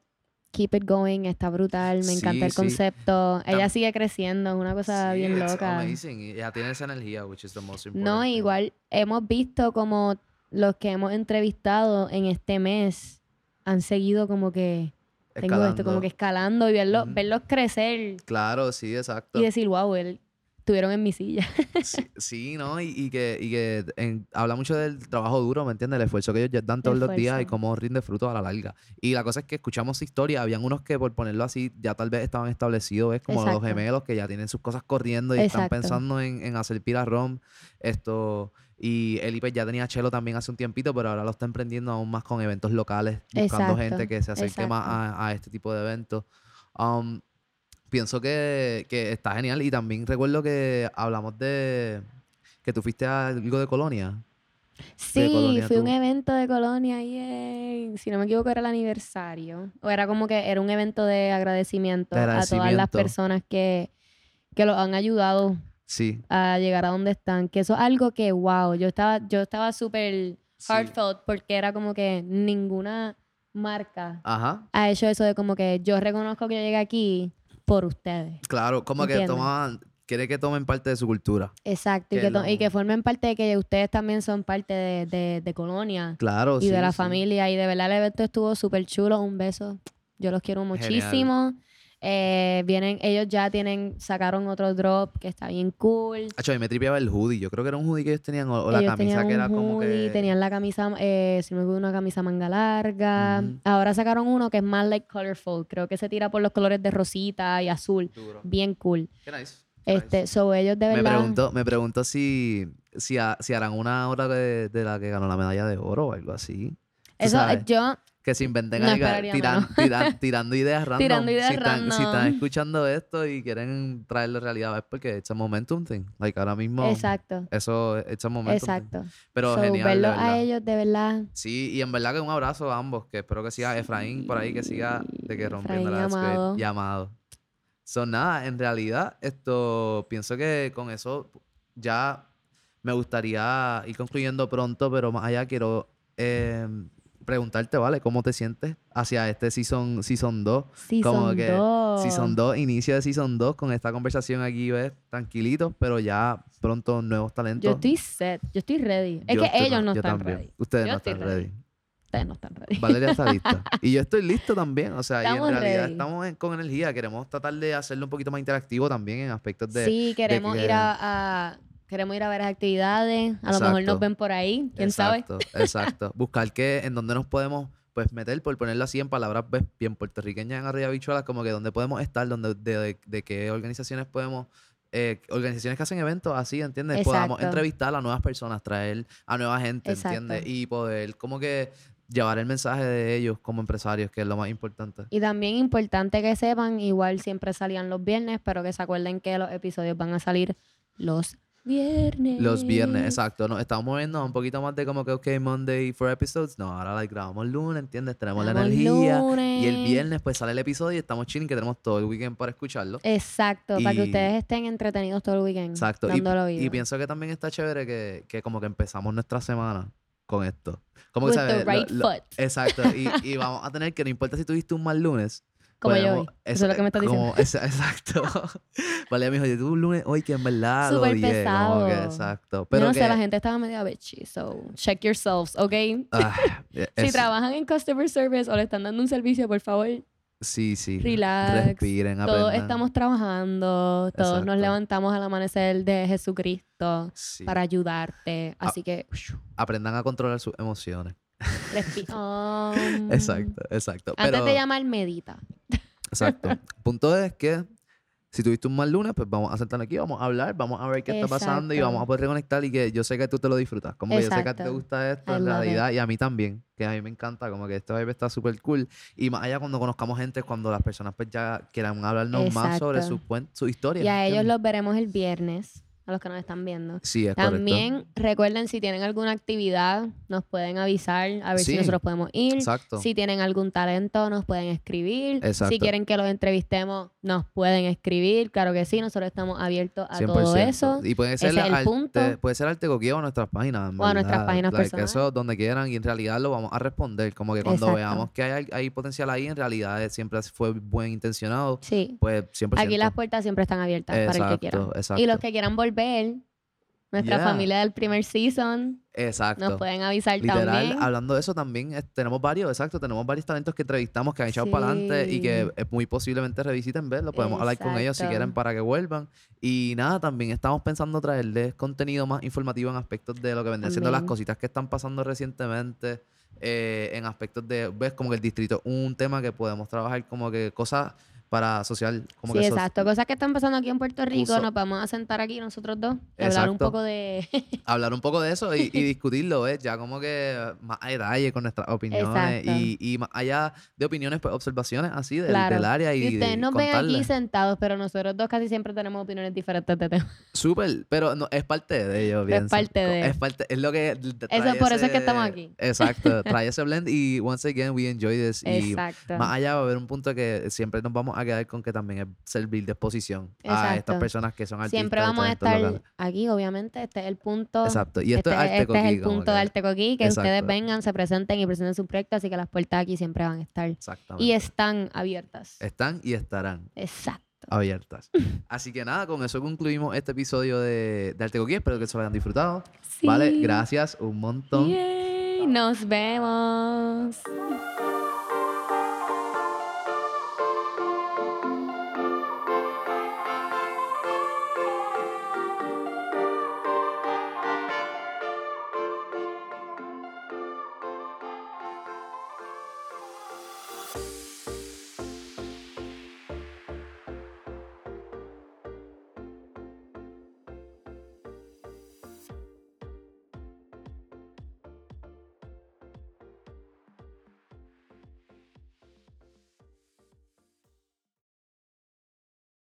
Speaker 2: keep it going, está brutal, me
Speaker 1: Sí,
Speaker 2: encanta el
Speaker 1: sí.
Speaker 2: concepto. Ella
Speaker 1: Tam-
Speaker 2: sigue creciendo, es una cosa
Speaker 1: Sí,
Speaker 2: bien
Speaker 1: it's
Speaker 2: loca.
Speaker 1: amazing. Y ella tiene esa energía, which is the most important.
Speaker 2: No,
Speaker 1: thing.
Speaker 2: igual hemos visto como los que hemos entrevistado en este mes han seguido como que tengo esto,
Speaker 1: Escalando.
Speaker 2: como que escalando y verlos,
Speaker 1: Ujú.
Speaker 2: verlos crecer
Speaker 1: Claro, sí, exacto.
Speaker 2: y decir, wow, él estuvieron en mi silla.
Speaker 1: Sí, sí, ¿no? Y, y que, y que en- habla mucho del trabajo duro, ¿me entiendes? El esfuerzo que ellos dan todos los días y
Speaker 2: Esfuerzo.
Speaker 1: cómo rinde fruto a la larga. Y la cosa es que escuchamos su historia, habían unos que por ponerlo así, ya tal vez estaban establecidos, ¿ves? Como los
Speaker 2: Exacto.
Speaker 1: gemelos que ya tienen sus cosas corriendo y están
Speaker 2: Exacto.
Speaker 1: pensando en, en hacer pirarrón. Esto... Y Eli pues, ya tenía Chelo también hace un tiempito, pero ahora lo está emprendiendo aún más con eventos locales, buscando
Speaker 2: Exacto,
Speaker 1: gente que se acerque más
Speaker 2: exacto.
Speaker 1: a, a este tipo de eventos. Um, pienso que, que está genial. Y también recuerdo que hablamos de que tú fuiste a algo de Colonia.
Speaker 2: Sí,
Speaker 1: Colonia,
Speaker 2: fue un
Speaker 1: tú.
Speaker 2: evento de Colonia, yay. Si no me equivoco, era el aniversario. O era como que era un evento de agradecimiento,
Speaker 1: De
Speaker 2: a todas las
Speaker 1: agradecimiento.
Speaker 2: personas que, que los han ayudado
Speaker 1: Sí.
Speaker 2: a llegar a donde están. Que eso es algo que, wow, yo estaba, yo estaba súper
Speaker 1: sí.
Speaker 2: heartfelt porque era como que ninguna marca
Speaker 1: Ajá.
Speaker 2: ha hecho eso de como que yo reconozco que yo llegué aquí por ustedes.
Speaker 1: Claro, como que
Speaker 2: Entiendo.
Speaker 1: toman, quiere que tomen parte de su cultura.
Speaker 2: Exacto. Y
Speaker 1: Que
Speaker 2: que, to- y
Speaker 1: lo-
Speaker 2: que formen parte de que ustedes también son parte de, de- de Colonia
Speaker 1: Claro,
Speaker 2: y
Speaker 1: Oh, sí,
Speaker 2: de la
Speaker 1: sí.
Speaker 2: familia. Y de verdad el evento estuvo súper chulo. Un beso. Yo los quiero muchísimo. Eh, vienen, ellos ya tienen, sacaron otro drop que está bien cool.
Speaker 1: Acho, a mí me tripeaba el hoodie. Yo creo que era un hoodie que ellos tenían o, o la
Speaker 2: Ellos
Speaker 1: camisa
Speaker 2: tenían
Speaker 1: que
Speaker 2: un
Speaker 1: era como
Speaker 2: hoodie,
Speaker 1: que.
Speaker 2: Tenían la camisa, eh, si no me equivoco, una camisa manga larga.
Speaker 1: Ujú.
Speaker 2: Ahora sacaron uno que es más like colorful. Creo que se tira por los colores de rosita y azul.
Speaker 1: Duro.
Speaker 2: Bien cool.
Speaker 1: Qué nice, qué nice.
Speaker 2: Este, so ellos de
Speaker 1: Me
Speaker 2: verdad.
Speaker 1: pregunto, me pregunto si, si, ha- si harán una hora de, de la que ganó la medalla de oro o algo así. Tú
Speaker 2: eso,
Speaker 1: sabes.
Speaker 2: yo,
Speaker 1: que se inventen
Speaker 2: No
Speaker 1: algo,
Speaker 2: esperaría
Speaker 1: tiran-
Speaker 2: menos.
Speaker 1: tiran- tirando ideas random.
Speaker 2: Tirando ideas
Speaker 1: si están, si están
Speaker 2: random.
Speaker 1: escuchando esto y quieren traerlo a realidad, es porque it's a momentum thing. Like ahora mismo.
Speaker 2: exacto,
Speaker 1: Eso, it's a momentum thing.
Speaker 2: exacto.
Speaker 1: Pero
Speaker 2: So,
Speaker 1: genial. de
Speaker 2: verlos
Speaker 1: verdad.
Speaker 2: a ellos de verdad.
Speaker 1: Sí, y en verdad que un abrazo a ambos, que espero que siga Efraín por ahí, que siga de que
Speaker 2: Sí,
Speaker 1: rompiendo
Speaker 2: Efraín
Speaker 1: la
Speaker 2: y Amado.
Speaker 1: llamado. Son nada, en realidad, esto, pienso que con eso ya me gustaría ir concluyendo pronto, pero más allá quiero eh, preguntarte, ¿vale? ¿Cómo te sientes hacia este Season, season 2?
Speaker 2: Sí,
Speaker 1: Como
Speaker 2: son
Speaker 1: que
Speaker 2: dos.
Speaker 1: Season 2, inicio de Season 2, con esta conversación aquí, ¿ves? Tranquilitos, pero ya pronto nuevos talentos.
Speaker 2: Yo estoy set, yo estoy ready. es
Speaker 1: Yo
Speaker 2: que
Speaker 1: estoy
Speaker 2: ellos
Speaker 1: tam-
Speaker 2: no
Speaker 1: yo
Speaker 2: están
Speaker 1: también.
Speaker 2: ready.
Speaker 1: Ustedes
Speaker 2: Yo
Speaker 1: no
Speaker 2: estoy
Speaker 1: están
Speaker 2: ready.
Speaker 1: ready.
Speaker 2: Ustedes no están ready.
Speaker 1: Valeria está lista. Y yo estoy listo también. O sea, y en
Speaker 2: Estamos
Speaker 1: realidad
Speaker 2: ready.
Speaker 1: estamos en- con energía. Queremos tratar de hacerlo un poquito más interactivo también en aspectos de.
Speaker 2: sí, queremos
Speaker 1: que-
Speaker 2: ir a, a- queremos ir a varias actividades. A lo mejor
Speaker 1: Exacto.
Speaker 2: nos ven por ahí, quién sabe.
Speaker 1: exacto, exacto. Buscar que en donde nos podemos pues meter, por ponerlo así en palabras pues, bien puertorriqueñas en arriba bichuelas, como que donde podemos estar, donde, de, de- de qué organizaciones podemos. eh, organizaciones que hacen eventos así, ¿entiendes? Podamos
Speaker 2: Exacto.
Speaker 1: entrevistar a nuevas personas, traer a nueva gente, ¿entiendes?
Speaker 2: Exacto.
Speaker 1: Y poder como que llevar el mensaje de ellos como empresarios, que es lo más importante.
Speaker 2: Y también importante que sepan, igual siempre salían los viernes, pero que se acuerden que los episodios van a salir los Viernes.
Speaker 1: Los
Speaker 2: Mm.
Speaker 1: viernes, exacto. Nos estamos moviendo un poquito más de como que, ok, Monday for episodes. No, ahora like, grabamos lunes, ¿entiendes? Tenemos la
Speaker 2: Grabamos
Speaker 1: energía.
Speaker 2: lunes.
Speaker 1: Y el viernes, pues sale el episodio y estamos chilling, que tenemos todo el weekend para escucharlo.
Speaker 2: Exacto, para que
Speaker 1: Y-
Speaker 2: ustedes estén entretenidos todo el weekend.
Speaker 1: Exacto. Y,
Speaker 2: Dándolo
Speaker 1: y
Speaker 2: vida.
Speaker 1: pienso que también está chévere que, que como que empezamos nuestra semana con esto. Como
Speaker 2: With
Speaker 1: que sabes.
Speaker 2: the right foot.
Speaker 1: exacto. Y, y vamos a tener que, no importa si tuviste un mal lunes.
Speaker 2: Como yo
Speaker 1: podemos-
Speaker 2: hoy. Eso es lo que me estás diciendo.
Speaker 1: como- esa- exacto. vale, mijo, yo tuve un lunes hoy que en verdad lo
Speaker 2: Súper
Speaker 1: odié, como que,
Speaker 2: pesado.
Speaker 1: exacto.
Speaker 2: Yo
Speaker 1: Pero
Speaker 2: no
Speaker 1: que,
Speaker 2: sé, la gente estaba medio bitchy, so check yourselves, ¿ok?
Speaker 1: ah,
Speaker 2: si
Speaker 1: es-
Speaker 2: trabajan en customer service o le están dando un servicio, por favor,
Speaker 1: Sí, sí.
Speaker 2: Relax.
Speaker 1: Respiren,
Speaker 2: todos
Speaker 1: aprendan.
Speaker 2: estamos trabajando, todos
Speaker 1: Exacto.
Speaker 2: nos levantamos al amanecer de Jesucristo
Speaker 1: Sí. Ah.
Speaker 2: para ayudarte, así que ush,
Speaker 1: Aprendan a controlar sus emociones.
Speaker 2: respi- Um,
Speaker 1: Exacto, exacto.
Speaker 2: Antes
Speaker 1: Pero,
Speaker 2: de llamar, medita.
Speaker 1: Exacto. Punto es que si tuviste un mal lunes, pues vamos a sentarnos aquí, vamos a hablar, vamos a ver qué está pasando y
Speaker 2: Exacto.
Speaker 1: vamos a poder reconectar y que yo sé que tú te lo disfrutas. Como que yo sé que a ti te
Speaker 2: Exacto.
Speaker 1: gusta esto
Speaker 2: I
Speaker 1: en
Speaker 2: love
Speaker 1: realidad y a mí también, que a mí me encanta, como que este vibe está súper cool. Y más allá cuando conozcamos gente, cuando las personas pues ya quieran hablarnos más sobre su,
Speaker 2: Exacto.
Speaker 1: cuen- su historia.
Speaker 2: Y a ellos
Speaker 1: ¿entiendes?
Speaker 2: los veremos el viernes, a los que nos están viendo.
Speaker 1: Sí, es correcto.
Speaker 2: También recuerden si tienen alguna actividad, nos pueden avisar a ver
Speaker 1: Sí.
Speaker 2: si nosotros podemos ir.
Speaker 1: Exacto.
Speaker 2: Si tienen algún talento, nos pueden escribir.
Speaker 1: Exacto.
Speaker 2: Si quieren que los entrevistemos, nos pueden escribir. Claro que sí, nosotros estamos abiertos a
Speaker 1: 100%.
Speaker 2: todo eso.
Speaker 1: Y puede ser,
Speaker 2: Ese es el
Speaker 1: arte,
Speaker 2: punto.
Speaker 1: puede ser arte coquillo o nuestras páginas. en
Speaker 2: O a nuestras
Speaker 1: verdad.
Speaker 2: páginas
Speaker 1: Like,
Speaker 2: personales.
Speaker 1: Eso donde quieran y en realidad lo vamos a responder. Como que cuando
Speaker 2: Exacto.
Speaker 1: veamos que hay, hay potencial ahí, en realidad eh, siempre fue buen intencionado.
Speaker 2: Sí.
Speaker 1: Pues 100%.
Speaker 2: Aquí las puertas siempre están abiertas para el que quiera.
Speaker 1: Exacto, exacto.
Speaker 2: Y los que quieran volver, nuestra
Speaker 1: Yeah.
Speaker 2: familia del primer season,
Speaker 1: Exacto.
Speaker 2: nos pueden avisar
Speaker 1: Literal,
Speaker 2: también.
Speaker 1: hablando de eso también, eh, tenemos varios, exacto, tenemos varios talentos que entrevistamos que han echado para adelante y que
Speaker 2: Sí.
Speaker 1: eh, muy posiblemente revisiten verlo. Podemos hablar con ellos si
Speaker 2: Exacto.
Speaker 1: quieren para que vuelvan. Y nada, también estamos pensando traerles contenido más informativo en aspectos de lo que vendrían siendo las
Speaker 2: También.
Speaker 1: cositas que están pasando recientemente. eh, en aspectos de, ves como que el distrito, un tema que podemos trabajar como que cosas para social, como
Speaker 2: sí,
Speaker 1: que so-
Speaker 2: exacto. Cosas que están pasando aquí en Puerto Rico,
Speaker 1: Puso-
Speaker 2: nos vamos a sentar aquí nosotros dos y hablar un
Speaker 1: Exacto.
Speaker 2: poco de...
Speaker 1: hablar un poco de eso y, y discutirlo, ¿ves? Ya como que eh, más a detalle con nuestras opiniones
Speaker 2: Exacto.
Speaker 1: y, y más allá de opiniones, pues observaciones así del,
Speaker 2: Claro.
Speaker 1: del área y,
Speaker 2: Y ustedes
Speaker 1: de
Speaker 2: nos ven aquí
Speaker 1: contarles.
Speaker 2: sentados, pero nosotros dos casi siempre tenemos opiniones diferentes de temas.
Speaker 1: Súper, pero no, es parte de ello, pienso.
Speaker 2: parte de.
Speaker 1: Es parte, es lo que... trae
Speaker 2: por eso es que estamos aquí.
Speaker 1: Exacto, trae ese blend y once again we enjoy this. Y
Speaker 2: Exacto.
Speaker 1: más allá va a haber un punto que siempre nos vamos a quedar con que también es servir de exposición a estas
Speaker 2: Exacto.
Speaker 1: personas que son artistas.
Speaker 2: Siempre
Speaker 1: de
Speaker 2: vamos a
Speaker 1: talentos
Speaker 2: estar
Speaker 1: locales.
Speaker 2: aquí, obviamente. Este es el punto.
Speaker 1: Exacto, y esto es
Speaker 2: este,
Speaker 1: arte
Speaker 2: este
Speaker 1: coquí,
Speaker 2: es el
Speaker 1: como
Speaker 2: punto de
Speaker 1: que-
Speaker 2: Arte Coquí, que ustedes
Speaker 1: Exacto.
Speaker 2: vengan, se presenten y presenten su proyecto, así que las puertas aquí siempre van a estar.
Speaker 1: Exactamente.
Speaker 2: Y están abiertas.
Speaker 1: Están y estarán.
Speaker 2: Exacto.
Speaker 1: abiertas. Así que nada, con eso concluimos este episodio de, de Arte Coquí. Espero que se lo hayan disfrutado. Vale,
Speaker 2: Sí.
Speaker 1: Então, gracias un montón.
Speaker 2: Yay, Nos vemos.